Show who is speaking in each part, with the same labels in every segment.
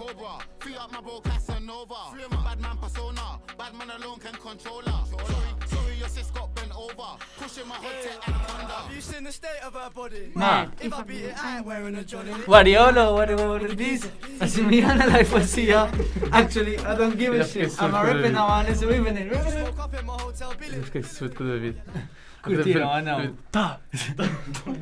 Speaker 1: cobra. Free up my bro Casanova. Bad man persona. Bad man alone can control her. Sorry, sorry, your sis got bent over. Pushing my hood to
Speaker 2: Have
Speaker 1: anaconda.
Speaker 2: you seen the state of her body?
Speaker 3: Ma,
Speaker 2: If I beat it, I ain't wearing a jolly.
Speaker 3: Guardiola, whatever it is, si mi gana la poesía, actually, I don't give a shit. I'm a ripping now, and it's ripping it. ripping it.
Speaker 2: Woke up in my hotel
Speaker 4: Eu
Speaker 2: billy.
Speaker 4: fiquei surdo com o David.
Speaker 3: Curtiram ou não?
Speaker 4: Tá!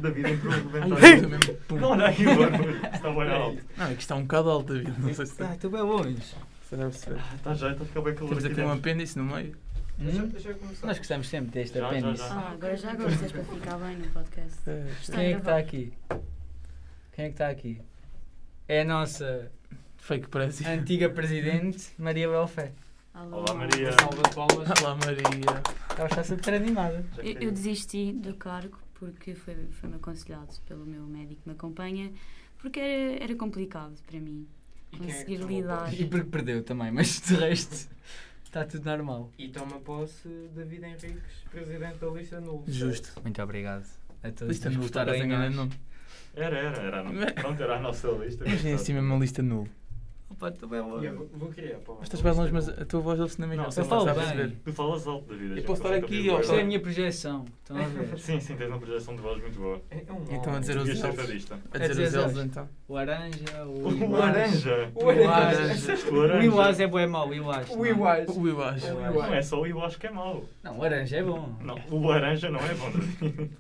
Speaker 5: David entrou no
Speaker 4: Ai,
Speaker 5: comentário.
Speaker 4: mesmo pum.
Speaker 5: Não, olha aqui, mano. Está bem alto.
Speaker 4: Não, é que está um bocado alto, David. Não sei se
Speaker 3: Ah, tu bem longe.
Speaker 4: se deve ser.
Speaker 5: Está já, está Tá a ficar bem calor
Speaker 4: Temos
Speaker 5: aqui
Speaker 4: aqui um
Speaker 5: dentro.
Speaker 4: apêndice no meio.
Speaker 3: Hum?
Speaker 5: Deixa eu começar.
Speaker 3: Nós gostamos sempre deste
Speaker 5: Já, já, já.
Speaker 3: apêndice.
Speaker 6: Ah, agora já gostas para ficar bem no podcast.
Speaker 3: Quem é que está aqui? Quem é que está aqui? É a nossa
Speaker 4: É. Fake parece.
Speaker 5: É.
Speaker 3: antiga presidente, Maria Belfé.
Speaker 6: Alô.
Speaker 5: Olá, Maria.
Speaker 3: Salva de palmas.
Speaker 4: Olá, Maria.
Speaker 3: Ela está super animada.
Speaker 5: Já
Speaker 6: Eu,
Speaker 5: caiu.
Speaker 6: eu desisti do cargo porque foi- foi-me aconselhado pelo meu médico que me acompanha, porque era, era complicado para mim conseguir lidar.
Speaker 3: E porque perdeu também, mas de resto está tudo normal.
Speaker 7: E toma posse David Henriques, presidente da lista nulo.
Speaker 4: Justo.
Speaker 3: Muito obrigado a todos
Speaker 4: Lista
Speaker 3: que
Speaker 4: nula, tá estás
Speaker 3: votaram em
Speaker 4: enganando
Speaker 3: nós.
Speaker 4: nome.
Speaker 5: Era, era, era. a no- Pronto, era a nossa lista.
Speaker 4: É assim mesmo uma lista nula.
Speaker 3: Opa, estou bem
Speaker 4: Oh,
Speaker 7: E eu
Speaker 3: louco.
Speaker 7: vou- vou criar para
Speaker 4: Mas estás bem longe, mas a tua voz deve-se na mesma.
Speaker 5: é Não,
Speaker 4: Só
Speaker 5: eu
Speaker 4: estás a
Speaker 3: falo bem.
Speaker 4: perceber.
Speaker 5: Tu falas alto, David. a
Speaker 4: Eu
Speaker 5: gente
Speaker 4: posso estar
Speaker 5: consegue
Speaker 4: aqui,
Speaker 5: ouvir
Speaker 4: ó,
Speaker 5: bem.
Speaker 3: Esta é a minha projeção. Estão a ver?
Speaker 5: Sim, sim, tens uma projeção de voz muito boa.
Speaker 7: É é um
Speaker 4: Então a dizer os
Speaker 5: Devias ser
Speaker 4: elos.
Speaker 5: fadista.
Speaker 4: A
Speaker 3: É
Speaker 4: dizer os elos então.
Speaker 3: O Aranja, o
Speaker 5: O
Speaker 3: Iwas.
Speaker 5: laranja.
Speaker 7: O laranja.
Speaker 5: O
Speaker 3: O Iwas
Speaker 5: laranja.
Speaker 3: é bué mau, o Iwas.
Speaker 7: O
Speaker 3: não.
Speaker 7: Iwais.
Speaker 4: O Iwas.
Speaker 5: Não é só o eu acho que é mau.
Speaker 3: Não, o Aranja é bom.
Speaker 5: Não, o laranja não é bom, David.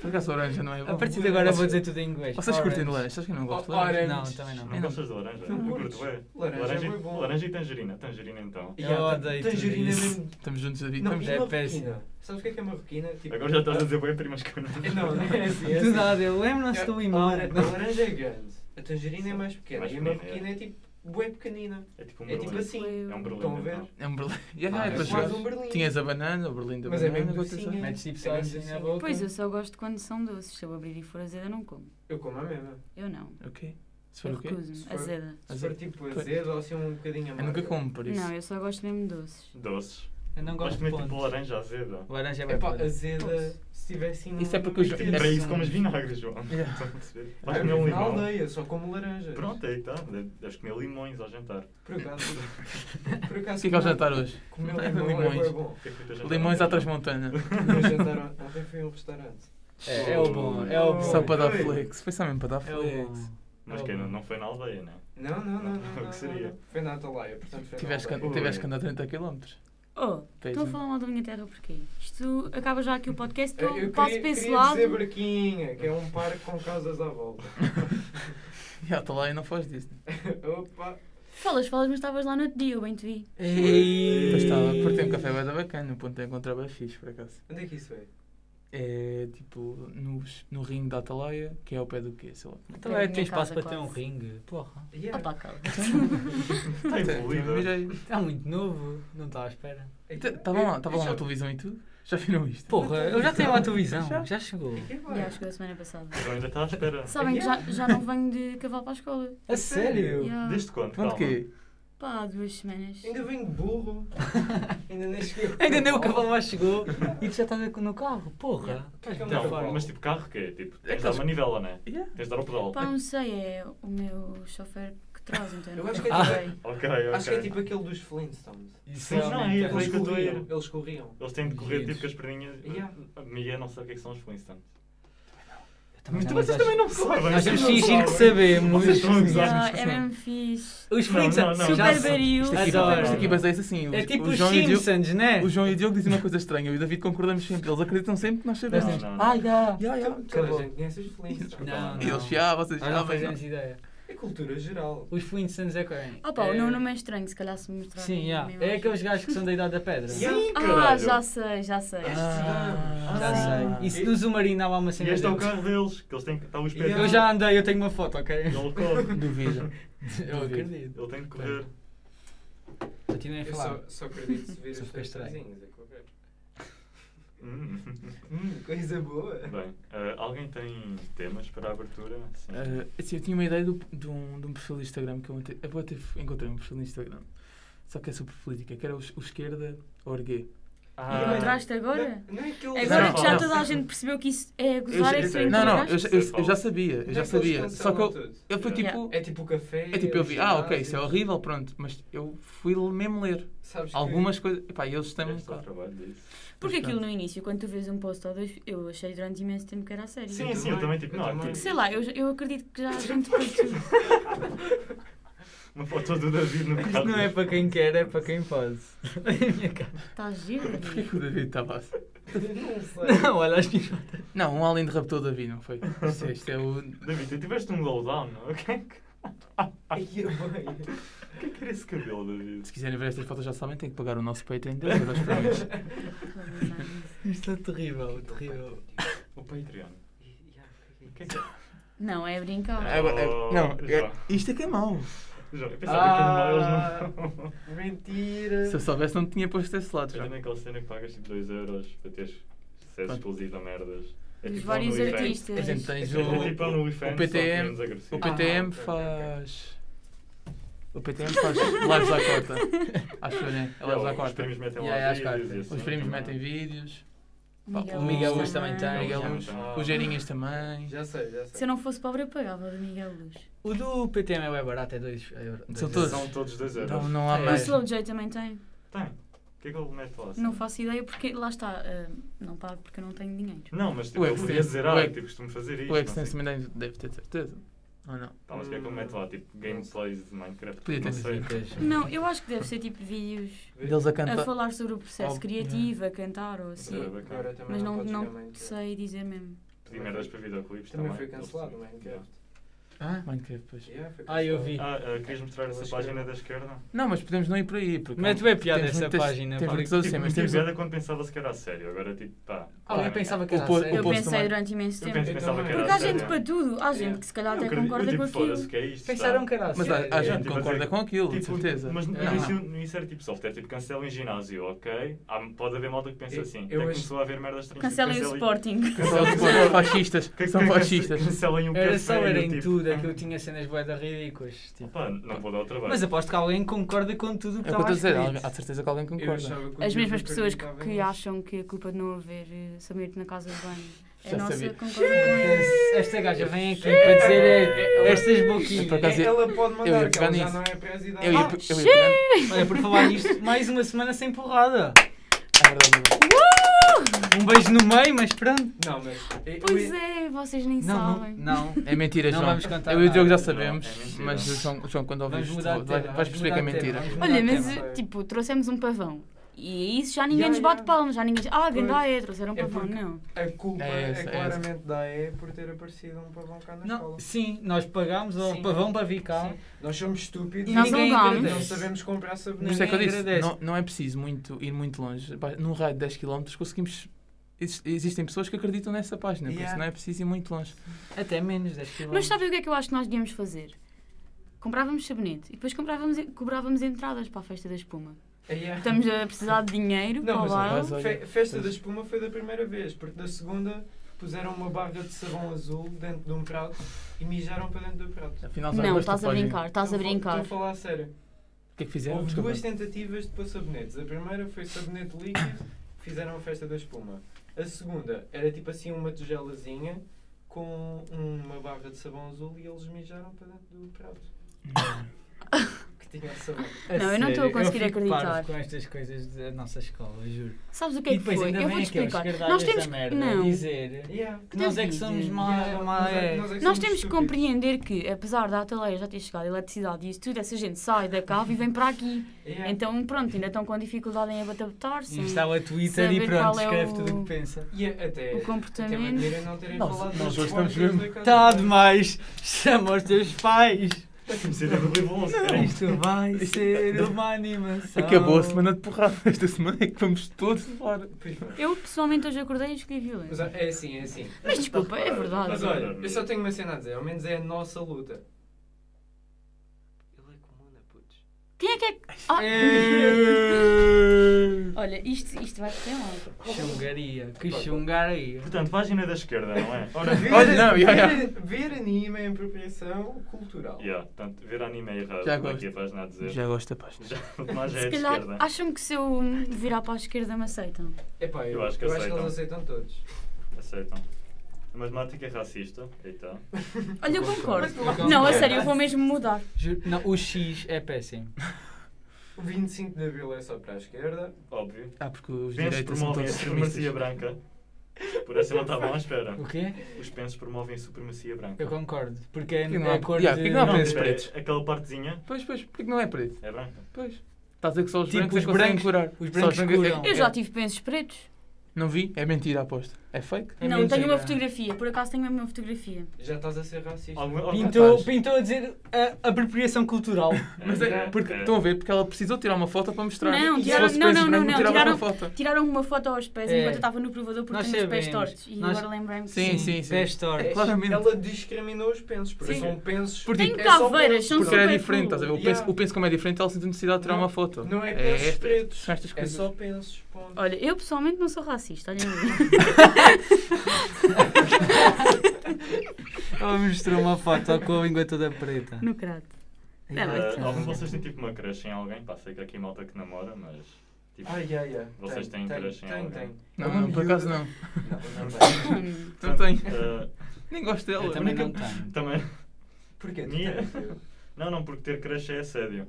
Speaker 4: Por acaso laranja não é
Speaker 3: A
Speaker 4: bom?
Speaker 3: partir de agora eu vou dizer tudo em inglês.
Speaker 4: Vocês
Speaker 3: Orange.
Speaker 4: curtem de laranja? Sabes que eu não gosto de
Speaker 7: Oh,
Speaker 4: laranja?
Speaker 3: Não,
Speaker 7: Orange.
Speaker 3: também não.
Speaker 5: Não gostas de laranja?
Speaker 7: Não
Speaker 5: Eu
Speaker 7: curto.
Speaker 5: curto bem.
Speaker 7: Laranja é
Speaker 5: Laranja,
Speaker 7: bem bom. É
Speaker 5: laranja e tangerina. Tangerina então.
Speaker 3: Eu odeio tudo
Speaker 7: Tangerina
Speaker 3: isso.
Speaker 7: mesmo.
Speaker 4: Estamos juntos, David.
Speaker 7: Não,
Speaker 4: Estamos
Speaker 7: e
Speaker 3: é
Speaker 7: marroquina.
Speaker 3: péssimo.
Speaker 7: Sabes o que é que é marroquina? Tipo,
Speaker 5: Agora já estás a dizer bem primas que eu não.
Speaker 7: Não, não é assim. É
Speaker 3: Tu
Speaker 7: assim.
Speaker 3: nada, eu lembro-se
Speaker 4: é.
Speaker 3: do
Speaker 7: A
Speaker 3: limão.
Speaker 7: lara- A laranja é grande, a tangerina é mais pequena
Speaker 5: Mais
Speaker 7: e a
Speaker 5: pequena,
Speaker 7: marroquina é tipo bué pequenina.
Speaker 5: É tipo um
Speaker 7: É tipo
Speaker 5: berlim.
Speaker 7: assim.
Speaker 6: Foi
Speaker 5: É um
Speaker 6: o-
Speaker 5: berlim.
Speaker 7: Estão a
Speaker 5: então.
Speaker 7: ver?
Speaker 4: É um berlim. Yeah, yeah, é
Speaker 7: Ah, é
Speaker 4: para
Speaker 7: quase
Speaker 4: jogar.
Speaker 7: um berlim.
Speaker 4: Tinhas a banana, o berlim da
Speaker 7: Mas é
Speaker 4: banana.
Speaker 7: mesmo
Speaker 4: outras-
Speaker 7: docinha.
Speaker 3: Metes tipo
Speaker 7: É
Speaker 3: só assim
Speaker 7: mesmo
Speaker 3: na
Speaker 7: assim.
Speaker 3: boca.
Speaker 6: Pois eu só gosto quando são doces. Se eu abrir e for azeda, não como.
Speaker 7: Eu como a mesma.
Speaker 6: Eu não.
Speaker 7: É
Speaker 4: Ok. Se for
Speaker 6: Eu
Speaker 4: o quê?
Speaker 6: recuso-me.
Speaker 7: Se for-
Speaker 6: Azeda.
Speaker 7: Se for
Speaker 4: Azedo.
Speaker 7: tipo
Speaker 4: Pois.
Speaker 7: azedo ou assim um bocadinho
Speaker 4: é Eu
Speaker 7: amargo.
Speaker 4: nunca como, por isso.
Speaker 6: É Não, eu só gosto mesmo de doces.
Speaker 5: Doces.
Speaker 3: Eu não
Speaker 5: Gosto
Speaker 3: gosto de
Speaker 5: mesmo tipo
Speaker 3: pontos.
Speaker 5: laranja azeda.
Speaker 3: O laranja é bem
Speaker 7: Epá,
Speaker 3: podre.
Speaker 7: azeda, se tivesse assim
Speaker 4: Isso é
Speaker 7: num-
Speaker 4: porque os-
Speaker 5: E
Speaker 7: num
Speaker 4: É
Speaker 5: Tipo, para
Speaker 7: terço.
Speaker 5: isso comes vinagre, João.
Speaker 4: Yeah.
Speaker 5: Estão a perceber?
Speaker 7: Ah,
Speaker 5: Vais
Speaker 7: eu
Speaker 5: comer
Speaker 7: vivo
Speaker 5: um
Speaker 7: na
Speaker 5: limão.
Speaker 7: aldeia, só como laranjas.
Speaker 5: Pronto, aí está. Deves comer limões ao jantar.
Speaker 7: Por acaso. Por
Speaker 4: O
Speaker 7: acaso.
Speaker 4: que é que ao
Speaker 7: comer-
Speaker 4: jantar hoje?
Speaker 7: Comer
Speaker 4: Não é
Speaker 7: limão é
Speaker 4: limões.
Speaker 7: bué bom.
Speaker 5: O que é que foi o teu jantar
Speaker 4: Limões à
Speaker 5: ontem, João?
Speaker 4: transmontana.
Speaker 7: O meu jantar ontem foi a um restaurante.
Speaker 3: É, é o bom, é o bom.
Speaker 4: Só para dar
Speaker 5: Oi.
Speaker 4: flex. Foi só mesmo para dar
Speaker 3: É o
Speaker 4: flex.
Speaker 3: bom.
Speaker 5: Mas
Speaker 3: É o
Speaker 5: que
Speaker 3: bom.
Speaker 5: não, não foi na aldeia, né?
Speaker 7: Não, não, não.
Speaker 4: É
Speaker 7: não,
Speaker 5: O que
Speaker 7: não, não,
Speaker 5: seria?
Speaker 7: não. Foi na Atalaia, portanto foi na
Speaker 4: Tiveste que,
Speaker 7: aldeia.
Speaker 5: Oi.
Speaker 4: tiveste que andar 30 km.
Speaker 6: Oh,
Speaker 4: Tens
Speaker 6: estão a
Speaker 4: um-
Speaker 6: falar mal da minha terra porquê? Isto acaba já aqui o podcast,
Speaker 7: Eu,
Speaker 6: então
Speaker 7: eu
Speaker 6: passo
Speaker 7: queria,
Speaker 6: para esse
Speaker 7: queria
Speaker 6: lado.
Speaker 7: dizer Barquinha, que é um parque com casas à volta.
Speaker 4: E a lá e não faz disso.
Speaker 7: Opa!
Speaker 6: Falas, falas, mas estavas lá no outro dia, eu bem te vi.
Speaker 4: Ei! Pois estava, porque tem um café bem bacana. O ponto de encontrar bem fixe, por acaso.
Speaker 7: Onde é que isso é?
Speaker 4: É tipo nos, no ringue da Atalaia, que é ao pé do quê? Sei lá.
Speaker 3: Então é,
Speaker 6: Minha
Speaker 3: tem espaço
Speaker 6: casa
Speaker 3: para ter um
Speaker 6: quase.
Speaker 3: ringue. Porra.
Speaker 7: Yeah.
Speaker 6: Opa, cala.
Speaker 5: Está
Speaker 4: Então,
Speaker 5: evoluída.
Speaker 3: Está muito novo, não estava à espera.
Speaker 7: é.
Speaker 4: Estava lá, estava lá uma tá televisão e tudo? Já viram isto?
Speaker 3: Porra, eu já tenho a televisão, já chegou.
Speaker 6: Já chegou a semana passada.
Speaker 5: João ainda está à espera.
Speaker 6: Sabem que já, já não venho de cavalo para a escola.
Speaker 3: A sério?
Speaker 6: Já,
Speaker 5: Desde quando?
Speaker 4: Quanto
Speaker 5: Calma.
Speaker 4: quê?
Speaker 6: Pá, duas semanas.
Speaker 7: Ainda vem burro. Ainda nem chegou.
Speaker 3: Ainda nem o cavalo lá chegou e tu já estás no carro. Porra. Estás muito
Speaker 7: Não,
Speaker 3: fora.
Speaker 5: Não, mas tipo carro que é? Tipo, tens de dar
Speaker 4: Aqueles-
Speaker 5: uma nivela, né?
Speaker 4: Yeah.
Speaker 5: Tens de dar o pedal.
Speaker 6: Pá, não sei, é o meu chofer que traz, então.
Speaker 7: Eu
Speaker 6: não
Speaker 7: acho que é
Speaker 6: sei.
Speaker 5: Ok, ok.
Speaker 7: Acho que é tipo aquele dos Flintstones.
Speaker 3: Isso
Speaker 5: Sim, não,
Speaker 3: realmente
Speaker 5: é, é
Speaker 3: é.
Speaker 5: isso
Speaker 7: Eles
Speaker 5: que eu estou a
Speaker 7: corriam.
Speaker 5: ir.
Speaker 7: Eles corriam.
Speaker 5: Eles têm de correr
Speaker 3: Giros.
Speaker 5: tipo com as perninhas.
Speaker 7: Yeah.
Speaker 5: Miguel não sabe o que é que são os Flintstones.
Speaker 3: Eu também não,
Speaker 5: Mas vocês
Speaker 3: acho-
Speaker 5: também não sabem.
Speaker 3: Nós temos que
Speaker 5: Vocês não
Speaker 3: fingir que
Speaker 5: sabem.
Speaker 3: sabemos.
Speaker 5: Vocês estão a
Speaker 6: Já,
Speaker 5: gozar.
Speaker 6: é mesmo fixe.
Speaker 3: Os
Speaker 5: Não,
Speaker 3: Flintstones
Speaker 5: não, não.
Speaker 3: já
Speaker 6: Super
Speaker 3: são-
Speaker 6: baril.
Speaker 4: Isto aqui,
Speaker 3: Adoro.
Speaker 4: isto aqui baseia-se assim. o-
Speaker 3: É tipo
Speaker 4: o
Speaker 3: os
Speaker 4: João e o Diogo-
Speaker 3: Simpsons, né?
Speaker 4: O João e o Diogo dizem uma coisa estranha. Eu e o David concordamos sempre. Eles acreditam sempre que nós sabemos.
Speaker 5: Não,
Speaker 4: isto.
Speaker 5: não, não.
Speaker 3: Ah, já.
Speaker 4: Ya, ya,
Speaker 7: Toda
Speaker 4: acabou.
Speaker 7: a gente conhece os Flintstones.
Speaker 3: Não,
Speaker 4: E eles, ah, vocês
Speaker 3: Nós não
Speaker 4: sabem. não."
Speaker 3: fazemos ideia.
Speaker 7: É cultura geral.
Speaker 3: Os Flintstones é quem?
Speaker 6: Opa,
Speaker 3: é...
Speaker 6: o meu nome é estranho, se calhar se me mostrar.
Speaker 3: Sim, já.
Speaker 6: também
Speaker 3: é
Speaker 6: vai.
Speaker 3: aqueles gajos que são da Idade da Pedra.
Speaker 5: Sim,
Speaker 6: Ah,
Speaker 5: caralho.
Speaker 6: já sei, já sei.
Speaker 4: Ah,
Speaker 3: Já sei. E se no Zumarino há lá uma
Speaker 5: E
Speaker 3: cena
Speaker 5: este é o
Speaker 3: dessas?
Speaker 5: carro deles, que eles têm que. Está os pés.
Speaker 3: Eu já andei, eu tenho uma foto, ok?
Speaker 5: Ele corre.
Speaker 4: Duvido.
Speaker 3: Eu
Speaker 4: Duvido.
Speaker 3: acredito.
Speaker 5: Ele tem de correr.
Speaker 3: Continuem
Speaker 4: É
Speaker 3: a
Speaker 7: Eu
Speaker 3: falar.
Speaker 7: só, só acredito se vir
Speaker 3: Só
Speaker 7: os
Speaker 3: fica
Speaker 7: teus
Speaker 3: estranho.
Speaker 7: pezinhos, é qualquer.
Speaker 5: Hum.
Speaker 7: Hum, coisa boa.
Speaker 5: Bem, eh, alguém tem temas para a abertura? Sim.
Speaker 4: Ah, assim, eu tinha uma ideia do- de, um, de um perfil de Instagram que eu ontem, eu até encontrei um perfil no Instagram, só que é sobre política, que era o, es- o esquerda orgue.
Speaker 6: E
Speaker 5: Ah,
Speaker 6: encontraste agora?
Speaker 7: Não, não é que eu-
Speaker 6: Agora
Speaker 4: Não,
Speaker 6: que já
Speaker 4: não.
Speaker 6: toda a gente percebeu que isso é gozar,
Speaker 4: Eu-
Speaker 6: é que
Speaker 4: eu-
Speaker 6: tu
Speaker 5: sei.
Speaker 4: não, não, eu,
Speaker 6: encontraste.
Speaker 4: já- eu- eu já sabia, eu
Speaker 7: Onde
Speaker 4: já
Speaker 7: é que eles
Speaker 4: sabia. Só que eu,
Speaker 7: cancelam tudo?
Speaker 4: eu fui
Speaker 6: Yeah.
Speaker 4: tipo.
Speaker 7: É tipo o café.
Speaker 4: É tipo,
Speaker 7: é
Speaker 4: eu
Speaker 7: o
Speaker 4: vi, ah, ok,
Speaker 7: ginásio,
Speaker 4: isso é horrível, pronto, mas eu fui mesmo ler.
Speaker 7: sabes que-
Speaker 4: Algumas coisas. Epá, eu assustei-me um
Speaker 5: Este é o
Speaker 4: bocado.
Speaker 5: trabalho disso.
Speaker 6: Porque
Speaker 4: Mas
Speaker 6: aquilo
Speaker 4: pronto.
Speaker 6: no início, quando tu vês um post ou dois, eu achei durante imenso tempo que era a sério.
Speaker 5: Sim, sim, eu também, tipo,
Speaker 7: Eu
Speaker 5: não,
Speaker 7: também.
Speaker 5: tipo,
Speaker 6: Sei lá, eu, eu acredito que já a gente curtiu.
Speaker 5: uma foto do David no
Speaker 3: Isto
Speaker 5: carro.
Speaker 3: não é para quem quer, é para quem pode. Minha cara.
Speaker 6: Estás Tá giro?
Speaker 4: Porquê que o David estava assim?
Speaker 7: Não sei.
Speaker 3: Não, olha as minhas.
Speaker 4: Não, um alien raptou o David, não foi? Isto é, isto é o.
Speaker 5: David, tu tiveste um lowdown, não? O que é que-
Speaker 7: Ai, eu bem.
Speaker 5: o que é que era esse cabelo, David?
Speaker 4: Se quiserem ver estas fotos, já sabem, têm que pagar o nosso Patreem 10 euros por mês.
Speaker 6: Vou pensar nisso.
Speaker 3: Isto é terrível, terrível.
Speaker 5: O Patreon. O que é que
Speaker 6: Não, é brincar.
Speaker 5: É,
Speaker 4: Agora, é- não, é-
Speaker 5: Já.
Speaker 4: isto é que é mau.
Speaker 5: Já, eu pensava que eles não...
Speaker 7: Mentira.
Speaker 4: Se eu soubesse, não tinha posto esse lado já.
Speaker 5: Imagina aquela cena que pagas tipo 2 euros para teres
Speaker 4: Pronto.
Speaker 5: sucesso exclusivo a merdas. É
Speaker 6: Os
Speaker 5: tipo
Speaker 6: vários
Speaker 5: OnlyFans.
Speaker 6: artistas.
Speaker 4: A gente tem
Speaker 5: É tipo
Speaker 4: o.
Speaker 5: OnlyFans,
Speaker 4: o
Speaker 5: só que
Speaker 4: PTM,
Speaker 5: menos agressivo.
Speaker 4: O PTM faz. O PTM faz lives à corta. Acho que né?
Speaker 6: Ah.
Speaker 4: É lives à
Speaker 5: Os
Speaker 4: corta.
Speaker 5: primos metem
Speaker 4: Yeah,
Speaker 5: lá
Speaker 4: acho que há.
Speaker 5: vídeos e
Speaker 4: Os
Speaker 5: assim,
Speaker 4: primos
Speaker 5: também.
Speaker 4: metem vídeos.
Speaker 6: Miguel
Speaker 4: O Miguel
Speaker 6: Luz
Speaker 4: Luz
Speaker 3: também tem,
Speaker 4: O Miguel
Speaker 3: já
Speaker 4: Luz.
Speaker 5: tem.
Speaker 4: O Gerinhas também.
Speaker 7: Já sei, já sei.
Speaker 6: Se eu não fosse pobre, eu pagava do Miguel Luz.
Speaker 3: O do PTM é bem barato, é 2 euros.
Speaker 4: São
Speaker 3: Dois
Speaker 4: todos.
Speaker 3: euros.
Speaker 5: São todos 2 euros.
Speaker 4: Então não há
Speaker 3: É.
Speaker 6: O
Speaker 4: mais.
Speaker 6: Slow J também tem.
Speaker 5: Tem. O que é que ele mete lá? assim?
Speaker 6: Não faço ideia porque, lá está, ah, não pago porque eu não tenho dinheiro.
Speaker 5: Não, mas tipo,
Speaker 4: O
Speaker 5: ele
Speaker 4: Extense.
Speaker 5: podia dizer,
Speaker 4: O
Speaker 5: ah,
Speaker 4: Ex-
Speaker 5: tipo, costumo fazer isto.
Speaker 4: O
Speaker 5: não
Speaker 4: Extens
Speaker 5: sei.
Speaker 4: também deve- deve ter certeza. Ou não?
Speaker 5: Tá, mas o que é que ele mete lá? Tipo, gameplays de Minecraft. tipo,
Speaker 4: Podia ter
Speaker 5: não sei.
Speaker 3: Sim,
Speaker 6: Não, eu acho que deve ser tipo vídeos
Speaker 4: Deles é- a
Speaker 6: a
Speaker 4: cantar.
Speaker 6: falar sobre o processo
Speaker 4: Oh,
Speaker 6: criativo, a cantar ou assim.
Speaker 5: Era bacana.
Speaker 7: Agora também
Speaker 6: Mas não,
Speaker 7: podes
Speaker 6: não
Speaker 7: jogar Minecraft.
Speaker 6: sei dizer mesmo.
Speaker 5: Pedi merdas para videoclipes também.
Speaker 7: Também foi cancelado,
Speaker 5: Eles-
Speaker 7: não é?
Speaker 5: Yeah.
Speaker 4: Ah, Minecraft, pois.
Speaker 7: Yeah, foi
Speaker 3: Ah, eu
Speaker 7: cancelado.
Speaker 3: vi.
Speaker 5: Ah, ah, querias mostrar essa
Speaker 7: Acho que
Speaker 5: página
Speaker 7: era.
Speaker 5: da esquerda?
Speaker 4: Não, mas podemos não ir por aí.
Speaker 5: é
Speaker 4: Porque um-
Speaker 3: Mete bem piada
Speaker 4: temos
Speaker 3: essa
Speaker 4: muitas-
Speaker 3: página,
Speaker 4: Temos
Speaker 3: pá.
Speaker 4: muitas outras
Speaker 5: Tipo,
Speaker 4: cenas.
Speaker 5: tinha
Speaker 4: Temos
Speaker 5: piada quando pensava-se que era a sério. Agora, tipo, pá.
Speaker 3: um Alguém
Speaker 5: claramente.
Speaker 3: pensava que
Speaker 4: Ah.
Speaker 3: então era
Speaker 4: O po-
Speaker 3: a
Speaker 4: o
Speaker 3: sério.
Speaker 6: Eu
Speaker 4: posto
Speaker 6: pensei
Speaker 4: também.
Speaker 6: durante imenso
Speaker 5: Eu
Speaker 6: tempo.
Speaker 5: penso- pensava que
Speaker 7: também.
Speaker 5: era
Speaker 6: Porque
Speaker 5: a
Speaker 6: há
Speaker 5: sério.
Speaker 6: gente para tudo. Há gente que se calhar
Speaker 5: Eu
Speaker 6: até
Speaker 5: acredito- eu,
Speaker 6: concorda com
Speaker 5: tipo,
Speaker 6: aquilo.
Speaker 5: foda-se, que é isto,
Speaker 3: Pensaram
Speaker 5: sabe?
Speaker 3: que era a
Speaker 4: Mas
Speaker 3: sério.
Speaker 4: há, há gente que
Speaker 5: Tipo,
Speaker 4: concorda
Speaker 5: assim,
Speaker 4: com aquilo, de
Speaker 5: Tipo,
Speaker 4: certeza.
Speaker 5: Mas no
Speaker 4: Não,
Speaker 5: início,
Speaker 4: não.
Speaker 5: no início era tipo software, tipo cancela em ginásio, ok? Há, pode haver malta que pensa
Speaker 7: Eu-
Speaker 5: assim.
Speaker 7: eu
Speaker 5: Até que
Speaker 7: acho-
Speaker 5: começou a haver merdas estranhas.
Speaker 6: Cancelem o Sporting.
Speaker 4: São os fascistas.
Speaker 5: Que-
Speaker 4: São
Speaker 5: que-
Speaker 4: fascistas. É
Speaker 5: Cancelem um
Speaker 3: Era
Speaker 5: café,
Speaker 3: só
Speaker 5: eu,
Speaker 3: era em
Speaker 5: tipo,
Speaker 3: tudo, é que eu tinha cenas boedas ridículas. Tipo.
Speaker 5: Pá, não vou dar o trabalho.
Speaker 3: Mas aposto que alguém concorda com tudo o que
Speaker 4: É o que
Speaker 3: estava
Speaker 4: eu estou a dizer.
Speaker 3: escrito.
Speaker 4: alguém- Há de certeza que alguém
Speaker 7: Eu
Speaker 4: concorda.
Speaker 7: achava que o
Speaker 6: As
Speaker 7: Diogo
Speaker 6: mesmas pessoas que,
Speaker 7: acreditava
Speaker 6: que
Speaker 7: nisso.
Speaker 6: acham que a culpa de não haver eh, Samir na casa de banho é
Speaker 4: Já
Speaker 6: nossa,
Speaker 4: sabia.
Speaker 6: concordo com eles.
Speaker 3: Esse- Esta gaja vem aqui para dizer é, estas
Speaker 4: Eu, por
Speaker 3: boquinhas.
Speaker 4: acaso,
Speaker 7: Ela pode mandar,
Speaker 4: eu ia
Speaker 7: que
Speaker 4: pegar
Speaker 7: ela já
Speaker 4: nisso.
Speaker 7: não é presidente.
Speaker 4: Eu ia,
Speaker 7: Ah,
Speaker 4: pe- eu ia pegar.
Speaker 3: Olha, por falar nisto, mais uma semana sem porrada.
Speaker 4: É verdade.
Speaker 3: Um beijo no meio, mas pronto.
Speaker 7: Não, mas. eu- eu
Speaker 6: Pois
Speaker 7: ia-
Speaker 6: é, vocês nem
Speaker 3: Não,
Speaker 6: sabem.
Speaker 3: não, não.
Speaker 4: É mentira,
Speaker 3: Não
Speaker 4: João.
Speaker 3: vamos contar
Speaker 4: eu e o Diogo já
Speaker 5: nada.
Speaker 4: sabemos,
Speaker 5: Não, é mentira.
Speaker 4: mas o João, o João, quando ouvires,
Speaker 3: Vamos
Speaker 4: isto,
Speaker 3: mudar de
Speaker 4: vai-
Speaker 3: tema, vamos
Speaker 4: vais perceber que
Speaker 3: mudar
Speaker 4: é
Speaker 3: de tema,
Speaker 4: mentira.
Speaker 3: vamos mudar
Speaker 6: Olha,
Speaker 3: de
Speaker 6: mas
Speaker 3: tema.
Speaker 6: eh, tipo, trouxemos um pavão. E isso já ninguém
Speaker 7: Ya,
Speaker 6: nos bate
Speaker 7: ya.
Speaker 6: palmas, já ninguém diz, ah,
Speaker 7: Pois.
Speaker 6: gandá é, trouxeram um
Speaker 7: É
Speaker 6: pavão.
Speaker 7: porque-
Speaker 6: Não.
Speaker 7: A culpa
Speaker 4: É
Speaker 7: é,
Speaker 4: essa, é
Speaker 7: claramente da E por ter aparecido um pavão cá na
Speaker 3: Não,
Speaker 7: escola.
Speaker 3: sim, nós pagámos ao
Speaker 7: Sim.
Speaker 3: pavão para vir cá.
Speaker 7: Sim. Nós somos estúpidos
Speaker 3: E
Speaker 7: e
Speaker 6: Nós
Speaker 3: ninguém
Speaker 6: alugámos.
Speaker 3: agradece.
Speaker 7: não sabemos comprar
Speaker 4: Por
Speaker 7: sabonete.
Speaker 4: isso é que eu
Speaker 3: Ninguém
Speaker 4: disse,
Speaker 3: agradece.
Speaker 4: não, não é preciso muito, ir muito longe. Pá, Num raio de 10 km conseguimos. ex- Existem pessoas que acreditam nessa página, por isso
Speaker 7: Yeah.
Speaker 4: não é preciso ir muito longe.
Speaker 3: Até menos 10 km.
Speaker 6: Mas sabem o que é que eu acho que nós devíamos fazer? Comprávamos sabonete e depois comprávamos, eh, cobrávamos entradas para a festa da espuma.
Speaker 7: Aí é.
Speaker 6: Estamos a precisar de dinheiro
Speaker 7: Não,
Speaker 6: para o
Speaker 7: mas não
Speaker 6: bar.
Speaker 4: vais ao-
Speaker 7: Fe- Festa da espuma foi da primeira vez, porque da segunda puseram uma barra de sabão azul dentro de um prato e mijaram para dentro do prato.
Speaker 4: Afinal, só gosto
Speaker 6: Não,
Speaker 4: da
Speaker 6: estás a
Speaker 4: página.
Speaker 6: brincar, estás a
Speaker 7: Estou fal-
Speaker 6: brincar.
Speaker 7: Estou a falar a sério.
Speaker 4: O que é que fizeram?
Speaker 7: Houve
Speaker 4: Desculpa.
Speaker 7: duas tentativas de pôr sabonetes. A primeira foi sabonete líquido, fizeram a festa da espuma. A segunda era tipo assim uma tigelazinha com uma barra de sabão azul e eles mijaram para dentro do prato. que tinha sabão.
Speaker 3: A
Speaker 6: Não, eu não estou a
Speaker 3: sério,
Speaker 6: conseguir
Speaker 3: eu fico parvo
Speaker 6: acreditar.
Speaker 3: com estas coisas da nossa escola, juro.
Speaker 6: Sabes o que é
Speaker 3: e
Speaker 6: que
Speaker 3: depois
Speaker 6: foi?
Speaker 3: ainda
Speaker 6: Eu
Speaker 3: vem
Speaker 6: vou-te
Speaker 3: aqueles
Speaker 6: explicar.
Speaker 3: cardalhas
Speaker 6: Nós temos
Speaker 3: da
Speaker 6: que-
Speaker 3: merda a
Speaker 6: não.
Speaker 3: dizer
Speaker 7: Yeah.
Speaker 3: que nós é que
Speaker 6: David,
Speaker 3: somos má,
Speaker 7: Yeah,
Speaker 3: má-
Speaker 7: nós
Speaker 3: é.
Speaker 7: é- é que
Speaker 6: Nós
Speaker 7: somos
Speaker 6: temos que
Speaker 7: estúpidos.
Speaker 6: compreender que, apesar da ataleia já ter chegado a eletricidade e isso tudo, essa gente sai da cave e vem para aqui.
Speaker 7: Yeah.
Speaker 6: Então, pronto, ainda estão com dificuldade em abatabtar-se. em
Speaker 3: Instala Twitter
Speaker 6: Saber
Speaker 3: e pronto,
Speaker 6: qual é
Speaker 3: escreve
Speaker 6: o-
Speaker 3: tudo o que pensa.
Speaker 7: E a- até, é
Speaker 6: O
Speaker 7: até me
Speaker 6: comportamento.
Speaker 7: admira não terem
Speaker 4: Nós-
Speaker 7: falado
Speaker 4: nós
Speaker 7: das
Speaker 4: gostamos
Speaker 7: portas
Speaker 4: mesmo.
Speaker 7: da casa
Speaker 3: Tá
Speaker 7: de banho.
Speaker 3: demais! Chama os teus pais!
Speaker 5: Está conhecido do Livro
Speaker 3: Isto vai ser uma animação.
Speaker 4: Acabou a semana de porrada. Esta semana é que vamos todos fora.
Speaker 7: Pois bem.
Speaker 6: Eu, pessoalmente, hoje acordei e escolhi
Speaker 7: Mas
Speaker 6: violência.
Speaker 7: é assim, é assim.
Speaker 6: Mas desculpa, é verdade.
Speaker 7: Mas olha, eu só tenho uma cena a dizer, ao menos é a nossa luta. Ele é comum, putos.
Speaker 6: Quem é que é. Ah.
Speaker 3: Eh,
Speaker 6: Olha, isto, isto vai correr mal.
Speaker 3: Xungaria, que xungaria.
Speaker 5: Portanto, página da esquerda, não é?
Speaker 7: Ora, ver,
Speaker 4: Olha, não,
Speaker 7: ver,
Speaker 4: yeah,
Speaker 7: ver anime é apropriação cultural.
Speaker 5: Yeah, portanto, ver anime é errado.
Speaker 4: Já
Speaker 5: Já
Speaker 4: gosto.
Speaker 5: aqui a página a dizer.
Speaker 4: Já gosto da página.
Speaker 5: Já, mas é
Speaker 6: Se
Speaker 5: de
Speaker 6: calhar
Speaker 5: esquerda.
Speaker 6: acham que se eu virar para a esquerda me aceitam.
Speaker 7: Epá, eu,
Speaker 5: Eu acho que
Speaker 7: eu acho que
Speaker 5: aceitam.
Speaker 7: eles aceitam todos.
Speaker 5: Aceitam. A matemática é racista. então, Eita.
Speaker 6: Olha, eu concordo.
Speaker 7: concordo.
Speaker 6: Não, a sério, eu vou mesmo mudar.
Speaker 3: Juro, não, o X é péssimo.
Speaker 7: O 25 de abril é só para a esquerda.
Speaker 5: Óbvio.
Speaker 4: Ah, porque os
Speaker 5: Pensos
Speaker 4: direitos são
Speaker 5: promovem
Speaker 4: todos
Speaker 5: a supremacia
Speaker 4: extremistas.
Speaker 5: branca. Por isso não estavam à espera.
Speaker 3: O quê?
Speaker 5: Os pensos promovem a supremacia branca.
Speaker 3: Eu concordo, porque é,
Speaker 4: Porque não há-
Speaker 3: é a cor
Speaker 4: Yeah,
Speaker 3: de...
Speaker 4: porque não há preço.
Speaker 5: Espera,
Speaker 4: pretos.
Speaker 5: Aquela partezinha
Speaker 4: Pois, pois, porque não é preto?
Speaker 5: é branca.
Speaker 4: Pois. Estás a dizer que só os
Speaker 3: Tipo,
Speaker 4: brancos
Speaker 3: os
Speaker 4: é que conseguem
Speaker 3: brancos-
Speaker 4: curar.
Speaker 3: os
Speaker 4: Só
Speaker 3: brancos
Speaker 4: brancos- é
Speaker 3: curam.
Speaker 6: Eu já tive pensos pretos.
Speaker 4: Não vi? É mentira, aposto. É fake?
Speaker 3: É
Speaker 6: não, tenho
Speaker 3: mentira.
Speaker 6: uma fotografia. Por acaso tenho mesmo uma fotografia.
Speaker 7: Já estás a ser racista.
Speaker 4: Oh,
Speaker 5: Algum- algum
Speaker 3: Pintou,
Speaker 5: cartaz.
Speaker 3: pintou a dizer a apropriação cultural.
Speaker 5: É,
Speaker 4: Mas é, porque, estão a ver, porque ela precisou tirar uma foto para mostrar.
Speaker 6: Não,
Speaker 4: Se
Speaker 6: tiraram-
Speaker 4: fosse
Speaker 6: não,
Speaker 4: preto
Speaker 6: não,
Speaker 4: e branco,
Speaker 6: não, não,
Speaker 4: tirava
Speaker 6: tiraram-
Speaker 4: uma foto.
Speaker 6: Tiraram uma foto aos pés
Speaker 3: É.
Speaker 6: enquanto eu estava no provador porque
Speaker 3: Nós
Speaker 6: tinha os pés
Speaker 3: sabemos.
Speaker 6: tortos. E
Speaker 3: Nós-
Speaker 6: agora lembrei-me. que
Speaker 4: Sim, sim, sim.
Speaker 3: Pé história.
Speaker 7: É,
Speaker 4: claramente.
Speaker 7: Ela discriminou os pensos, porque
Speaker 4: Sim.
Speaker 7: são pensos.
Speaker 4: Porque-
Speaker 6: Tem
Speaker 4: É
Speaker 6: caveiras, são
Speaker 4: Porque era
Speaker 6: super
Speaker 4: diferente, estás a ver? O
Speaker 6: cool.
Speaker 4: penso,
Speaker 7: Yeah.
Speaker 4: o penso como é diferente, ela sentiu necessidade de tirar
Speaker 7: Não,
Speaker 4: uma foto.
Speaker 7: Não é pensos
Speaker 4: esta-
Speaker 7: pretos.
Speaker 4: São estas
Speaker 7: É
Speaker 4: coisas.
Speaker 7: só pensos. Ponto.
Speaker 6: Olha, eu pessoalmente não sou racista, olha
Speaker 3: Ela mostrou uma foto com a língua toda preta.
Speaker 6: no crato.
Speaker 5: Ah,
Speaker 6: É bem.
Speaker 5: algum de vocês têm tipo uma crush em alguém? Pá, sei que há aqui malta que namora, mas. Tipo,
Speaker 7: Ai, ai, ai.
Speaker 5: Vocês
Speaker 7: Tenho,
Speaker 5: têm
Speaker 7: tenho,
Speaker 5: crush em
Speaker 7: tenho,
Speaker 5: alguém?
Speaker 7: tenho.
Speaker 4: Não, não, por acaso não.
Speaker 7: Não, não tenho.
Speaker 6: Hum,
Speaker 4: Não tenho.
Speaker 5: eh,
Speaker 4: Nem gosto dela.
Speaker 3: Eu também
Speaker 4: Nunca-
Speaker 3: não tenho.
Speaker 5: também.
Speaker 7: Porquê? Tu
Speaker 5: Minha?
Speaker 7: tens?
Speaker 5: Não, não, porque ter crush é assédio.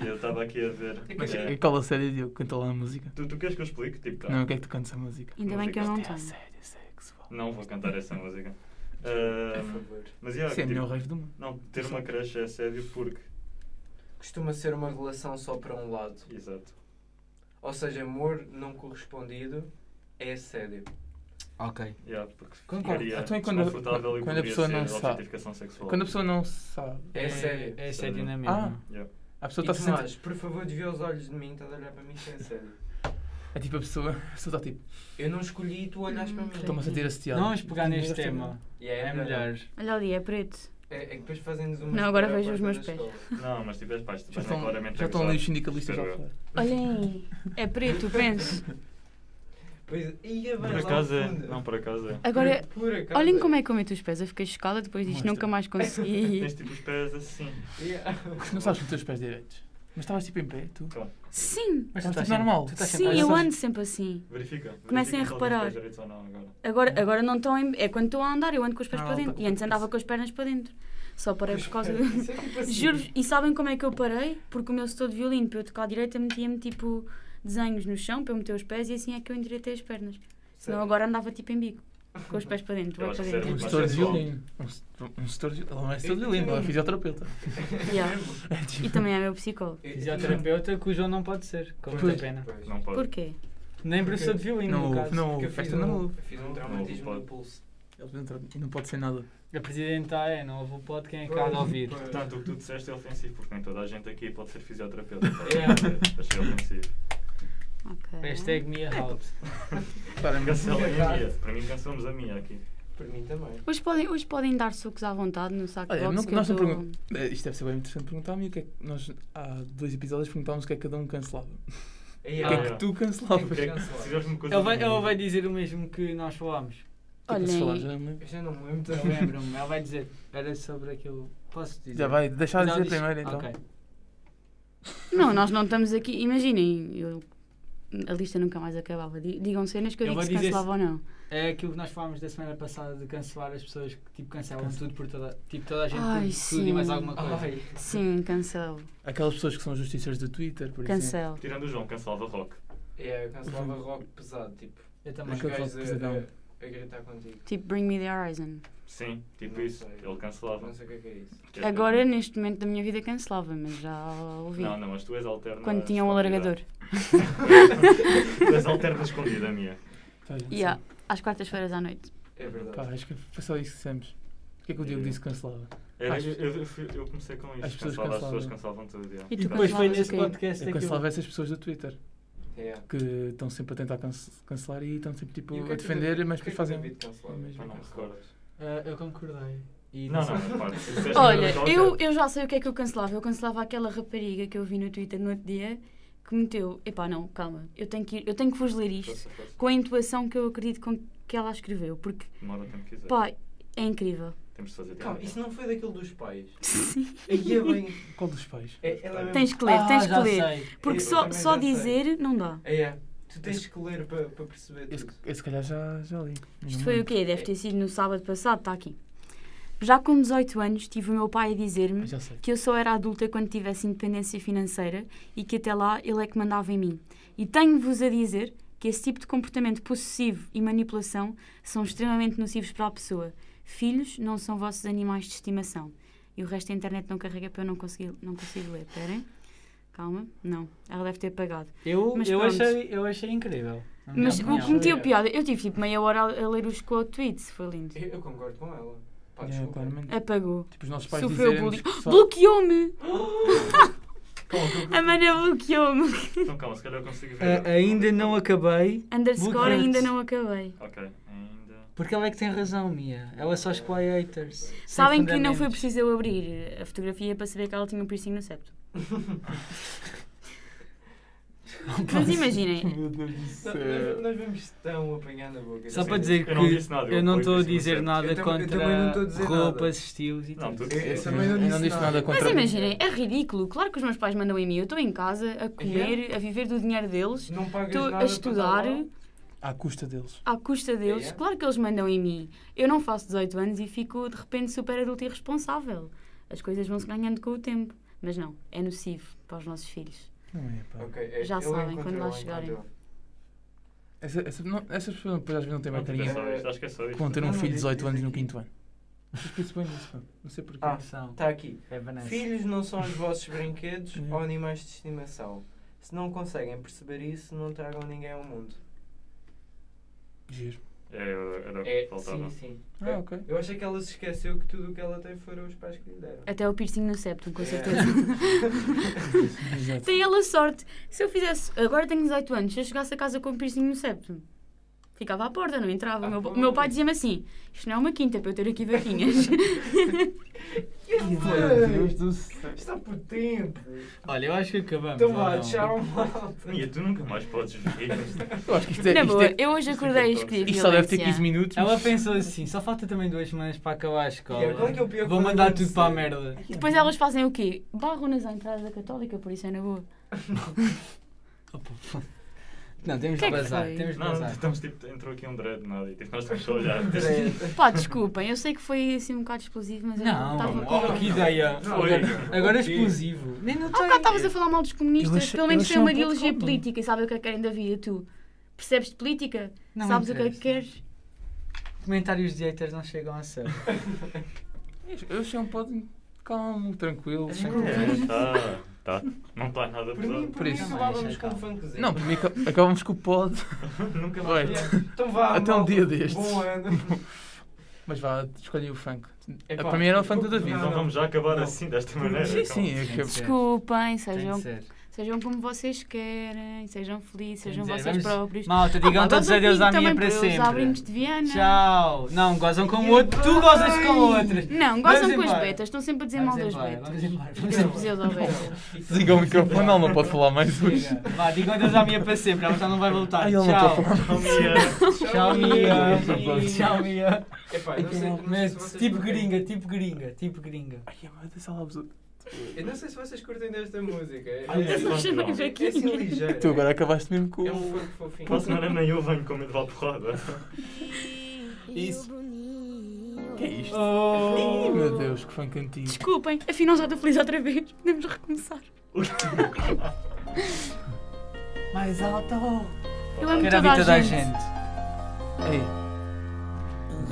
Speaker 5: E eu estava aqui a ver.
Speaker 4: Mas
Speaker 5: eh,
Speaker 4: é qual a série de eu canto lá a música?
Speaker 5: tu, tu queres que eu explique? Tipo, tá.
Speaker 4: Não, o que é que tu cantas a música?
Speaker 6: Ainda bem que eu não tenho.
Speaker 4: Sério, sexual.
Speaker 5: Não vou cantar essa música. Ah,
Speaker 7: Por favor.
Speaker 5: mas yeah,
Speaker 4: Isso é
Speaker 5: tipo,
Speaker 4: melhor resto do mundo.
Speaker 5: Não, ter uma crush é assédio porque.
Speaker 7: Costuma ser uma relação só para um lado.
Speaker 5: Exato.
Speaker 7: Ou seja, amor não correspondido é assédio.
Speaker 3: Ok.
Speaker 5: Yeah, porque
Speaker 4: Concordo.
Speaker 5: ficaria
Speaker 4: Então, e quando-
Speaker 5: desconfortável e
Speaker 4: quando a
Speaker 5: poderia
Speaker 4: pessoa não
Speaker 5: ser
Speaker 4: sabe?
Speaker 5: objetificação sexual.
Speaker 4: Quando a pessoa não sabe,
Speaker 7: É assédio.
Speaker 3: É sério
Speaker 5: Sério.
Speaker 3: na mesma.
Speaker 4: Ah.
Speaker 5: Yeah.
Speaker 4: a
Speaker 7: E
Speaker 4: pessoa está a se sentir.
Speaker 7: Tomás, por favor, desvia os olhos de mim, estás a olhar para mim, isso é assédio.
Speaker 4: É tipo a pessoa, a pessoa está tipo,
Speaker 7: Eu não escolhi e tu olhas para mim.
Speaker 4: estou-me a sentir associado.
Speaker 3: Não vamos pegar neste tema.
Speaker 7: E é,
Speaker 3: É melhor.
Speaker 6: Olha ali, é preto.
Speaker 7: É, é que depois fazem-nos uma.
Speaker 6: Não, agora vejo os meus pés.
Speaker 5: Não, mas tipo, és pais,
Speaker 4: Já
Speaker 5: depois não é
Speaker 4: estão,
Speaker 5: claramente
Speaker 4: já
Speaker 5: a
Speaker 4: estão
Speaker 5: gozar.
Speaker 4: ali os sindicalistas
Speaker 5: Espero
Speaker 4: a
Speaker 5: eu.
Speaker 4: falar.
Speaker 6: Olhem aí, é preto, penso.
Speaker 7: Pois, ia
Speaker 5: Por
Speaker 7: bem, lá
Speaker 5: acaso é.
Speaker 7: ao fundo.
Speaker 5: Não, por acaso é.
Speaker 6: Agora,
Speaker 7: por acaso
Speaker 6: olhem como é que eu meto os pés. Eu fiquei chocada depois disto,
Speaker 4: Mostra.
Speaker 6: nunca mais consegui.
Speaker 5: Tens tipo os pés assim.
Speaker 7: Yeah.
Speaker 4: Não sabes os teus pés direitos. Mas estavas tipo em pé, tu?
Speaker 6: Sim,
Speaker 3: Mas
Speaker 4: Tá tudo
Speaker 3: sempre-
Speaker 4: normal.
Speaker 3: tu estás sempre
Speaker 6: sim,
Speaker 3: a-
Speaker 6: eu ando sempre assim.
Speaker 5: Verifica.
Speaker 6: Comecem
Speaker 5: verifica se
Speaker 6: a
Speaker 5: eles
Speaker 6: reparar.
Speaker 5: têm os pés direitos ou não agora.
Speaker 6: Agora, agora não estão em. É quando estou a andar, eu ando com os pés
Speaker 4: Ah,
Speaker 6: para
Speaker 4: ela
Speaker 6: dentro.
Speaker 4: tá
Speaker 6: E
Speaker 4: com
Speaker 6: antes
Speaker 4: o
Speaker 6: andava
Speaker 4: pé.
Speaker 6: com os pernas para dentro. Só parei por causa do.
Speaker 7: Isso é tipo assim.
Speaker 6: Juro-vos, e sabem como é que eu parei? Porque o meu setor de violino, para eu tocar à direita, metia-me tipo desenhos no chão para eu meter os pés e assim é que eu endireitei as pernas. Senão
Speaker 7: Sério.
Speaker 6: agora andava tipo em bico, com os pés para dentro,
Speaker 5: Eu
Speaker 6: vai
Speaker 5: acho
Speaker 6: para
Speaker 5: que
Speaker 6: dentro.
Speaker 4: Um
Speaker 5: Mas
Speaker 4: setor de
Speaker 5: é só-
Speaker 4: violino. Um setor- Um setor de Ela não é setor de violino, ela é fisioterapeuta.
Speaker 6: Yeah. E também é meu psicólogo.
Speaker 7: Eu- eu-
Speaker 3: Fisioterapeuta que o João não pode ser, com
Speaker 4: Pois.
Speaker 3: muita pena.
Speaker 7: Pois.
Speaker 5: Não pode.
Speaker 6: Porquê?
Speaker 3: Nem
Speaker 7: Porque-
Speaker 3: professor de violino,
Speaker 4: Não
Speaker 3: no
Speaker 4: houve,
Speaker 3: caso.
Speaker 4: não
Speaker 7: Porque
Speaker 4: houve.
Speaker 7: eu fiz
Speaker 4: Festa
Speaker 7: um,
Speaker 4: não houve.
Speaker 7: eu fiz um traumatismo
Speaker 5: pode.
Speaker 7: no pulso.
Speaker 4: Eles não tra- Não pode ser nada.
Speaker 3: A presidente está, é, não houve o pod, quem é que há de ouvir?
Speaker 7: Pois.
Speaker 5: Portanto, o que tu disseste é ofensivo, porque nem toda a gente aqui pode ser fisioterapeuta.
Speaker 7: É.
Speaker 5: Achei ofensivo.
Speaker 6: Ok.
Speaker 3: Hashtag me out.
Speaker 4: Para
Speaker 7: É
Speaker 5: Cancelem a minha. Para mim, cancelamos a minha aqui.
Speaker 7: Para mim também.
Speaker 6: Hoje podem, hoje podem dar sucos à vontade no saco
Speaker 4: Olha,
Speaker 6: box
Speaker 4: não-
Speaker 6: que
Speaker 4: nós
Speaker 6: eu
Speaker 4: não
Speaker 6: tô-
Speaker 4: perguntamos. Eh, Isto deve ser bem interessante perguntar-me o que é que nós há dois episódios perguntávamos o que é que cada um cancelava.
Speaker 7: Ei,
Speaker 4: O que
Speaker 5: Ah,
Speaker 4: é
Speaker 5: é.
Speaker 4: que tu
Speaker 5: O que é
Speaker 4: cancelavas?
Speaker 5: que- se fizeres uma coisa.
Speaker 3: Ele vai, ele
Speaker 5: ruim,
Speaker 3: vai dizer o mesmo que nós falámos.
Speaker 6: Olhem.
Speaker 4: Falar, já, não me lembro.
Speaker 7: é, Eu já não me lembro é,
Speaker 3: Eu
Speaker 7: também.
Speaker 3: lembro-me, ele vai dizer. Era sobre aquilo. Posso dizer?
Speaker 4: já vai, deixa de
Speaker 3: Não,
Speaker 4: dizer
Speaker 3: diz-
Speaker 4: primeiro então.
Speaker 3: Ok.
Speaker 6: Não, nós não estamos aqui. Imaginem, eu- a lista nunca mais acabava. Di- Digam cenas que eu,
Speaker 3: Eu
Speaker 6: digo
Speaker 3: vou
Speaker 6: se
Speaker 3: dizer se-
Speaker 6: cancelava ou não.
Speaker 3: É aquilo que nós falámos da semana passada de cancelar as pessoas que tipo, cancelam tudo por toda, tipo, toda a gente,
Speaker 6: Ai,
Speaker 3: por tudo e mais
Speaker 6: sim.
Speaker 3: alguma coisa.
Speaker 7: Ai.
Speaker 6: Sim, cancelo.
Speaker 4: Aquelas pessoas que são justiceiras do Twitter, por exemplo.
Speaker 6: Cancelo.
Speaker 5: Tirando o João, cancelava rock.
Speaker 7: É, eu cancelava rock pesado, tipo,
Speaker 3: Eu também.
Speaker 7: os
Speaker 4: Aquele rock
Speaker 7: gajos a,
Speaker 4: pesadão.
Speaker 7: a, a gritar contigo.
Speaker 6: Tipo, Bring Me the Horizon.
Speaker 5: Sim, tipo
Speaker 7: Não
Speaker 5: isso.
Speaker 7: sei.
Speaker 5: Ele cancelava.
Speaker 7: Não sei o que é que é isso.
Speaker 5: Queres
Speaker 6: Agora,
Speaker 5: ver?
Speaker 6: neste momento da minha vida, cancelava, mas já ouvi.
Speaker 5: Não, é não, mas tu és alterna.
Speaker 6: Quando tinha um
Speaker 5: escondida.
Speaker 6: alargador.
Speaker 5: tu és alterna escondida, minha.
Speaker 4: Toda a Tá, gente
Speaker 6: Yeah, às quartas-feiras à noite.
Speaker 7: É
Speaker 4: sabe. Pá,
Speaker 7: verdade.
Speaker 4: acho que foi só isso que dissemos. O que é que o Diogo disse que cancelava?
Speaker 5: Era-
Speaker 4: Acho-
Speaker 5: eu, eu- eu fui- eu comecei com
Speaker 4: As
Speaker 5: isso.
Speaker 4: pessoas
Speaker 5: Cancelava, as pessoas
Speaker 4: cancelavam.
Speaker 5: cancelavam tudo. já.
Speaker 6: E tu
Speaker 3: E depois foi
Speaker 6: cancelavas
Speaker 3: nesse
Speaker 6: quem?
Speaker 3: podcast
Speaker 7: é
Speaker 4: Eu
Speaker 3: aquilo.
Speaker 4: cancelava essas pessoas do Twitter
Speaker 7: Yeah.
Speaker 4: que estão sempre a tentar cance- cancelar e estão sempre tipo
Speaker 7: É, E o que
Speaker 4: a
Speaker 7: é que o
Speaker 4: defender,
Speaker 7: David-
Speaker 4: mas
Speaker 7: o que é
Speaker 4: depois
Speaker 7: que
Speaker 4: fazem.
Speaker 7: o David cancelava?
Speaker 4: Mas
Speaker 7: Não
Speaker 5: não
Speaker 7: cancelavas.
Speaker 3: Ah, eu concordei. E
Speaker 5: Não, é não, mas pá, se disseste então
Speaker 6: Olha,
Speaker 5: que era
Speaker 6: eu,
Speaker 5: rock,
Speaker 6: eu já sei o que é que eu cancelava. Eu cancelava aquela rapariga que eu vi no Twitter no outro dia que meteu, epá, não, calma, eu tenho que, ir, eu tenho que vos ler isto
Speaker 5: é Força, força.
Speaker 6: com a intuação que eu acredito com que ela escreveu, porque,
Speaker 5: Demora o tempo que quiser.
Speaker 6: pá, é incrível.
Speaker 5: Temos de fazer tempo.
Speaker 7: Calma, isso não foi daquele dos pais.
Speaker 6: Sim.
Speaker 7: Aí é bem.
Speaker 4: Qual dos pais?
Speaker 7: É, ela é mesmo-
Speaker 6: Tens que ler, tens que
Speaker 3: Ah, já
Speaker 6: ler.
Speaker 3: sei.
Speaker 6: Porque
Speaker 7: Eu
Speaker 6: só,
Speaker 7: também
Speaker 6: só
Speaker 7: já sei.
Speaker 6: dizer não dá.
Speaker 7: É, é. Tu tens que ler para para perceber
Speaker 4: Esse,
Speaker 7: tudo.
Speaker 4: esse calhar já, já li.
Speaker 6: Isto foi o quê? Deve ter sido no sábado passado, está aqui. Já com 18 anos, tive o meu pai a dizer-me
Speaker 4: Já sei.
Speaker 6: que eu só era adulta quando tivesse independência financeira e que até lá ele é que mandava em mim. E tenho-vos a dizer que esse tipo de comportamento possessivo e manipulação são extremamente nocivos para a pessoa. Filhos não são vossos animais de estimação. E o resto da internet não carrega para eu não conseguir não consigo ler. Esperem. Calma. Não. Ela deve ter apagado.
Speaker 3: Eu,
Speaker 6: Mas
Speaker 3: eu,
Speaker 6: pronto.
Speaker 3: achei, eu achei incrível. Na minha
Speaker 6: Mas o
Speaker 3: opinião.
Speaker 6: que me deu piada, eu tive tipo meia hora a, a ler os quote tweets. Foi lindo.
Speaker 7: Eu, eu concordo com ela. Pá,
Speaker 4: Yeah,
Speaker 7: desculpa.
Speaker 4: É, claramente.
Speaker 6: Apagou.
Speaker 4: Tipo, os nossos pais
Speaker 6: É Sofreu
Speaker 4: dizerem-nos
Speaker 6: bullying.
Speaker 4: que só-
Speaker 6: Bloqueou-me!
Speaker 7: Calma, calma,
Speaker 6: A mana bloqueou-me.
Speaker 5: Então calma, se calhar eu consigo ver.
Speaker 3: A- ainda não acabei.
Speaker 6: Underscore
Speaker 3: Bloqueou-te.
Speaker 6: ainda não acabei.
Speaker 5: Ok, ainda.
Speaker 3: Porque ela é que tem razão, Mia. Ela é só escolhe haters. sem
Speaker 6: Sabem que não foi
Speaker 3: fundamentos.
Speaker 6: preciso eu abrir a fotografia para saber que ela tinha um piercing no septo. Mas imaginem,
Speaker 7: Nós, nós vamos tão apanhar na boca. assim,
Speaker 3: Só
Speaker 5: Sim,
Speaker 3: para dizer que
Speaker 5: eu não disse nada, eu
Speaker 3: eu não
Speaker 5: apoio
Speaker 3: estou a
Speaker 5: isso,
Speaker 3: dizer
Speaker 5: certo.
Speaker 3: nada
Speaker 7: Eu tam- eu
Speaker 3: contra
Speaker 7: também não estou a dizer nada.
Speaker 3: roupas, estilos e tipo
Speaker 5: Não, é
Speaker 3: tudo.
Speaker 5: tu
Speaker 7: Eu- eu
Speaker 5: tu-
Speaker 7: também não
Speaker 4: Eu não
Speaker 7: disse
Speaker 4: disse
Speaker 7: nada.
Speaker 4: nada
Speaker 6: mas
Speaker 4: contra.
Speaker 6: imaginem, é ridículo. Claro que os meus pais mandam em mim. Eu estou em casa a comer, a viver do dinheiro deles,
Speaker 7: Não pagas
Speaker 6: estou
Speaker 7: nada
Speaker 6: a
Speaker 7: para
Speaker 6: estudar
Speaker 7: estar lá.
Speaker 4: À custa deles.
Speaker 6: à custa deles.
Speaker 7: Yeah.
Speaker 6: Claro que eles mandam em mim. Eu não faço 18 anos e fico de repente super adulto e responsável. As coisas vão se ganhando com o tempo. Mas não, é nocivo para os nossos filhos.
Speaker 4: Não é, pá.
Speaker 7: Ok, é- então.
Speaker 6: Já
Speaker 7: ele
Speaker 6: sabem,
Speaker 7: encontrou,
Speaker 6: quando lá
Speaker 7: ele
Speaker 6: chegarem.
Speaker 7: encontrou.
Speaker 4: Essa, essa, não, essas pessoas depois às vezes não têm
Speaker 5: Não,
Speaker 4: mais
Speaker 5: tipo, é
Speaker 4: carinha.
Speaker 5: só isto, Acho que é só
Speaker 4: Que
Speaker 5: isto.
Speaker 4: vão ter um
Speaker 7: Não, não,
Speaker 4: filho de
Speaker 7: diz-
Speaker 4: 18 anos
Speaker 7: diz
Speaker 4: no
Speaker 7: aqui.
Speaker 4: quinto ano. Vocês pensam bem nisso, pá. Não sei porquê.
Speaker 7: Ah,
Speaker 3: São.
Speaker 7: Está aqui.
Speaker 3: É Vanessa.
Speaker 7: Filhos não são os vossos brinquedos
Speaker 4: Hum.
Speaker 7: ou animais de estimação. Se não conseguem perceber isso, não tragam ninguém ao mundo.
Speaker 4: Giro.
Speaker 5: É, era era o
Speaker 7: É,
Speaker 5: que faltava.
Speaker 7: sim, sim.
Speaker 4: Ah, ok.
Speaker 7: Eu achei que ela se esqueceu que tudo o que ela tem foram os pais que lhe deram.
Speaker 6: Até o piercing no septo, com
Speaker 7: É.
Speaker 6: certeza.
Speaker 4: Exato.
Speaker 6: Tem ela sorte. Se eu fizesse. Agora tenho 18 anos. Se eu chegasse a casa com um piercing no septo, ficava à porta, não entrava. O meu, o meu pai dizia-me assim: Isto não é uma quinta para eu ter aqui vaquinhas.
Speaker 7: Meu Deus do céu. Está potente.
Speaker 3: Olha, eu acho que acabamos.
Speaker 7: Então
Speaker 3: ou
Speaker 7: vá,
Speaker 3: não?
Speaker 7: tchau, malta.
Speaker 5: E tu nunca mais podes ver.
Speaker 4: Eu acho que isto é.
Speaker 6: Na
Speaker 4: Isto,
Speaker 6: boa,
Speaker 4: é,
Speaker 6: eu hoje
Speaker 5: isto é
Speaker 6: acordei a
Speaker 5: tóxico.
Speaker 6: escrever.
Speaker 4: isto só deve ter 15
Speaker 6: violência.
Speaker 4: minutos.
Speaker 3: Ela
Speaker 4: mas-
Speaker 3: pensou assim, só falta também duas semanas para acabar a escola.
Speaker 7: Yeah, qual é que é o pior que
Speaker 3: Vou
Speaker 7: pode
Speaker 3: mandar tudo
Speaker 7: acontecer?
Speaker 3: para a merda.
Speaker 6: Depois elas fazem o quê? Barram-nas à entrada da Católica, por isso é na boa.
Speaker 3: Opa. Não, temos
Speaker 6: Que é
Speaker 3: de
Speaker 6: que
Speaker 3: bazar,
Speaker 6: foi?
Speaker 3: temos de
Speaker 5: Não,
Speaker 3: bazar.
Speaker 5: estamos tipo, entrou aqui um dread nada e tipo, nós estamos a olhar.
Speaker 6: Pá, desculpem, eu sei que foi assim um bocado explosivo, mas eu estava
Speaker 3: Não,
Speaker 6: com.
Speaker 3: oh, que ideia.
Speaker 5: Não,
Speaker 3: Agora,
Speaker 5: não.
Speaker 3: agora é explosivo. Nem não
Speaker 6: Há bocado estavas a falar mal dos comunistas,
Speaker 4: Eu achei-
Speaker 6: pelo
Speaker 4: eu
Speaker 6: menos
Speaker 4: achei
Speaker 6: tem uma
Speaker 4: um pouco
Speaker 6: ideologia
Speaker 4: calmo.
Speaker 6: política e sabem o que é que querem da vida, tu. Percebes de política? Sabes o que é que queres?
Speaker 3: Comentários de haters não chegam a ser.
Speaker 4: Eu achei um pódio calmo, tranquilo. sem-
Speaker 5: É, tá, tá. Não está nada
Speaker 7: Por mim,
Speaker 5: pesado.
Speaker 7: por mim
Speaker 4: Isso.
Speaker 7: acabávamos
Speaker 3: Deixa,
Speaker 7: com um
Speaker 3: calma.
Speaker 7: funkzinho.
Speaker 4: Não, para mim aca- acabamos com o pod.
Speaker 5: Nunca
Speaker 4: Vai.
Speaker 5: mais.
Speaker 7: Então vá,
Speaker 4: Até um
Speaker 7: malta.
Speaker 4: dia destes.
Speaker 7: Bom ano.
Speaker 4: Mas vá, escolhi o Frank.
Speaker 3: É
Speaker 7: Epá,
Speaker 4: para mim era o funk do David.
Speaker 7: Não,
Speaker 5: Então
Speaker 7: não.
Speaker 5: vamos já acabar assim, desta maneira.
Speaker 4: Sim,
Speaker 5: calma.
Speaker 4: sim, é que
Speaker 3: Sim.
Speaker 6: Desculpem,
Speaker 3: Tem
Speaker 6: sejam
Speaker 3: de ser.
Speaker 6: Sejam como vocês querem, sejam felizes,
Speaker 3: Tem de
Speaker 6: sejam
Speaker 3: ser. Vamos-
Speaker 6: vocês próprios. Ah,
Speaker 3: Malta, digam
Speaker 6: Opa,
Speaker 3: todos
Speaker 6: gozam
Speaker 3: adeus à
Speaker 6: comigo
Speaker 3: minha
Speaker 6: também,
Speaker 3: para
Speaker 6: por eu usar brincos
Speaker 3: sempre.
Speaker 6: de Viana.
Speaker 3: Tchau. Não, gozam com o outro, tu gozas com o outro.
Speaker 6: Não,
Speaker 3: Vamos
Speaker 6: gozam com as
Speaker 3: embora.
Speaker 6: betas, estão sempre a dizer
Speaker 3: Vamos
Speaker 6: mal das
Speaker 3: embora,
Speaker 6: betas.
Speaker 3: vamos embora, vamos
Speaker 6: Deus
Speaker 3: embora.
Speaker 6: Deus ao betas.
Speaker 4: Diga o microfone, não, não pode falar mais hoje.
Speaker 3: Chega. Vá, digam adeus à minha para sempre, ela já não vai voltar.
Speaker 4: Ai, ele não tá
Speaker 3: Tchau.
Speaker 4: pode falar.
Speaker 5: Bom dia.
Speaker 3: Tchau, Mia.
Speaker 7: Tchau.
Speaker 3: Tchau, Mia.
Speaker 7: Epá, eu não sei, não sei se
Speaker 3: Mas,
Speaker 7: vocês
Speaker 3: Tipo
Speaker 7: curtem-
Speaker 3: gringa, tipo gringa, tipo gringa.
Speaker 4: Ai, a mãe dessa é, lá absurda.
Speaker 7: Eu não sei se vocês curtem desta música. É,
Speaker 5: Ai,
Speaker 7: é,
Speaker 5: eu sou
Speaker 6: chamei
Speaker 5: João.
Speaker 7: é assim ligeira.
Speaker 4: Tu agora acabaste mesmo com.
Speaker 7: É um funk fofinho.
Speaker 5: Para a semana nem eu venho com medo de levar porrada.
Speaker 3: Isso.
Speaker 4: Que é isto? Ih,
Speaker 3: Oh.
Speaker 4: meu Deus, que um funk antigo.
Speaker 6: Desculpem, afinal já estou feliz outra vez. Podemos recomeçar.
Speaker 3: Mais alto.
Speaker 6: Eu amo
Speaker 3: Quero ouvir
Speaker 6: toda a,
Speaker 3: toda a
Speaker 6: gente.
Speaker 3: gente.
Speaker 4: Ei.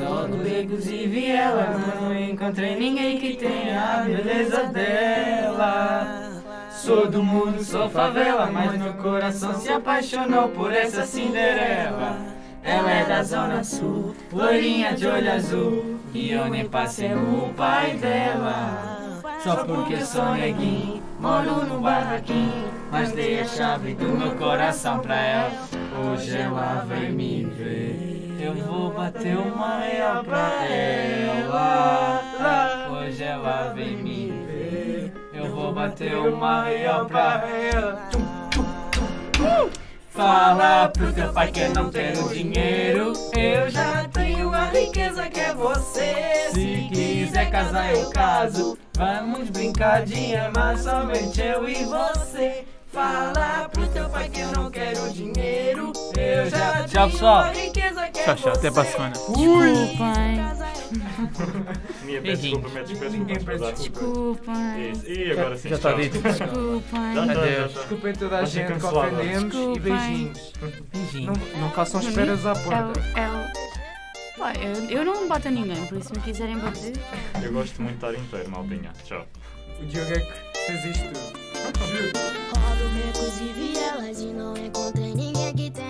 Speaker 3: Logo becos e vielas, mas não encontrei ninguém que tenha a beleza dela. Sou do mundo, sou favela, mas meu coração se apaixonou por essa Cinderela. Ela é da Zona Sul, loirinha de olho azul, e eu nem passei o pai dela. Só porque sou neguinho, moro no barraquinho, mas dei a chave do meu coração pra ela. Hoje ela vem me ver. Eu vou bater uma real pra ela. Hoje ela vem me ver. Eu vou bater uma real pra ela. Tum, tum, Fala pro teu pai que eu não tenho dinheiro. Eu já tenho a riqueza que é você. Se quiser casar, eu caso. Vamos brincar de amar somente eu e você. Fala pro teu pai que eu não quero dinheiro. Eu
Speaker 8: Tchau,
Speaker 3: já tenho
Speaker 8: pessoal.
Speaker 3: a riqueza que é
Speaker 8: Tchau,
Speaker 3: você.
Speaker 8: tchau. Até para a semana.
Speaker 6: Desculpem.
Speaker 5: Minha peço
Speaker 8: Beijinhos.
Speaker 5: desculpa, peço desculpa. Ninguém desculpa.
Speaker 6: Desculpem.
Speaker 5: Isso. E agora sim,
Speaker 8: Já está
Speaker 5: tchau.
Speaker 8: dito.
Speaker 5: Já
Speaker 6: Desculpem.
Speaker 5: está, já tá.
Speaker 8: Adeus.
Speaker 5: está.
Speaker 3: Desculpem toda a
Speaker 5: Vai ser
Speaker 3: gente que
Speaker 5: cancelado.
Speaker 3: ofendemos e
Speaker 6: Desculpem.
Speaker 3: beijinhos.
Speaker 8: Beijinho.
Speaker 3: Não, não façam esperas à porta.
Speaker 6: É o- Pá, eu- Eu não bato a ninguém, por isso se me quiserem bater.
Speaker 5: Eu gosto muito de estar inteiro, malpinha. Tchau.
Speaker 3: O Diogo é que fez isto tudo.
Speaker 9: Roubo meu inclusive elas e não encontrei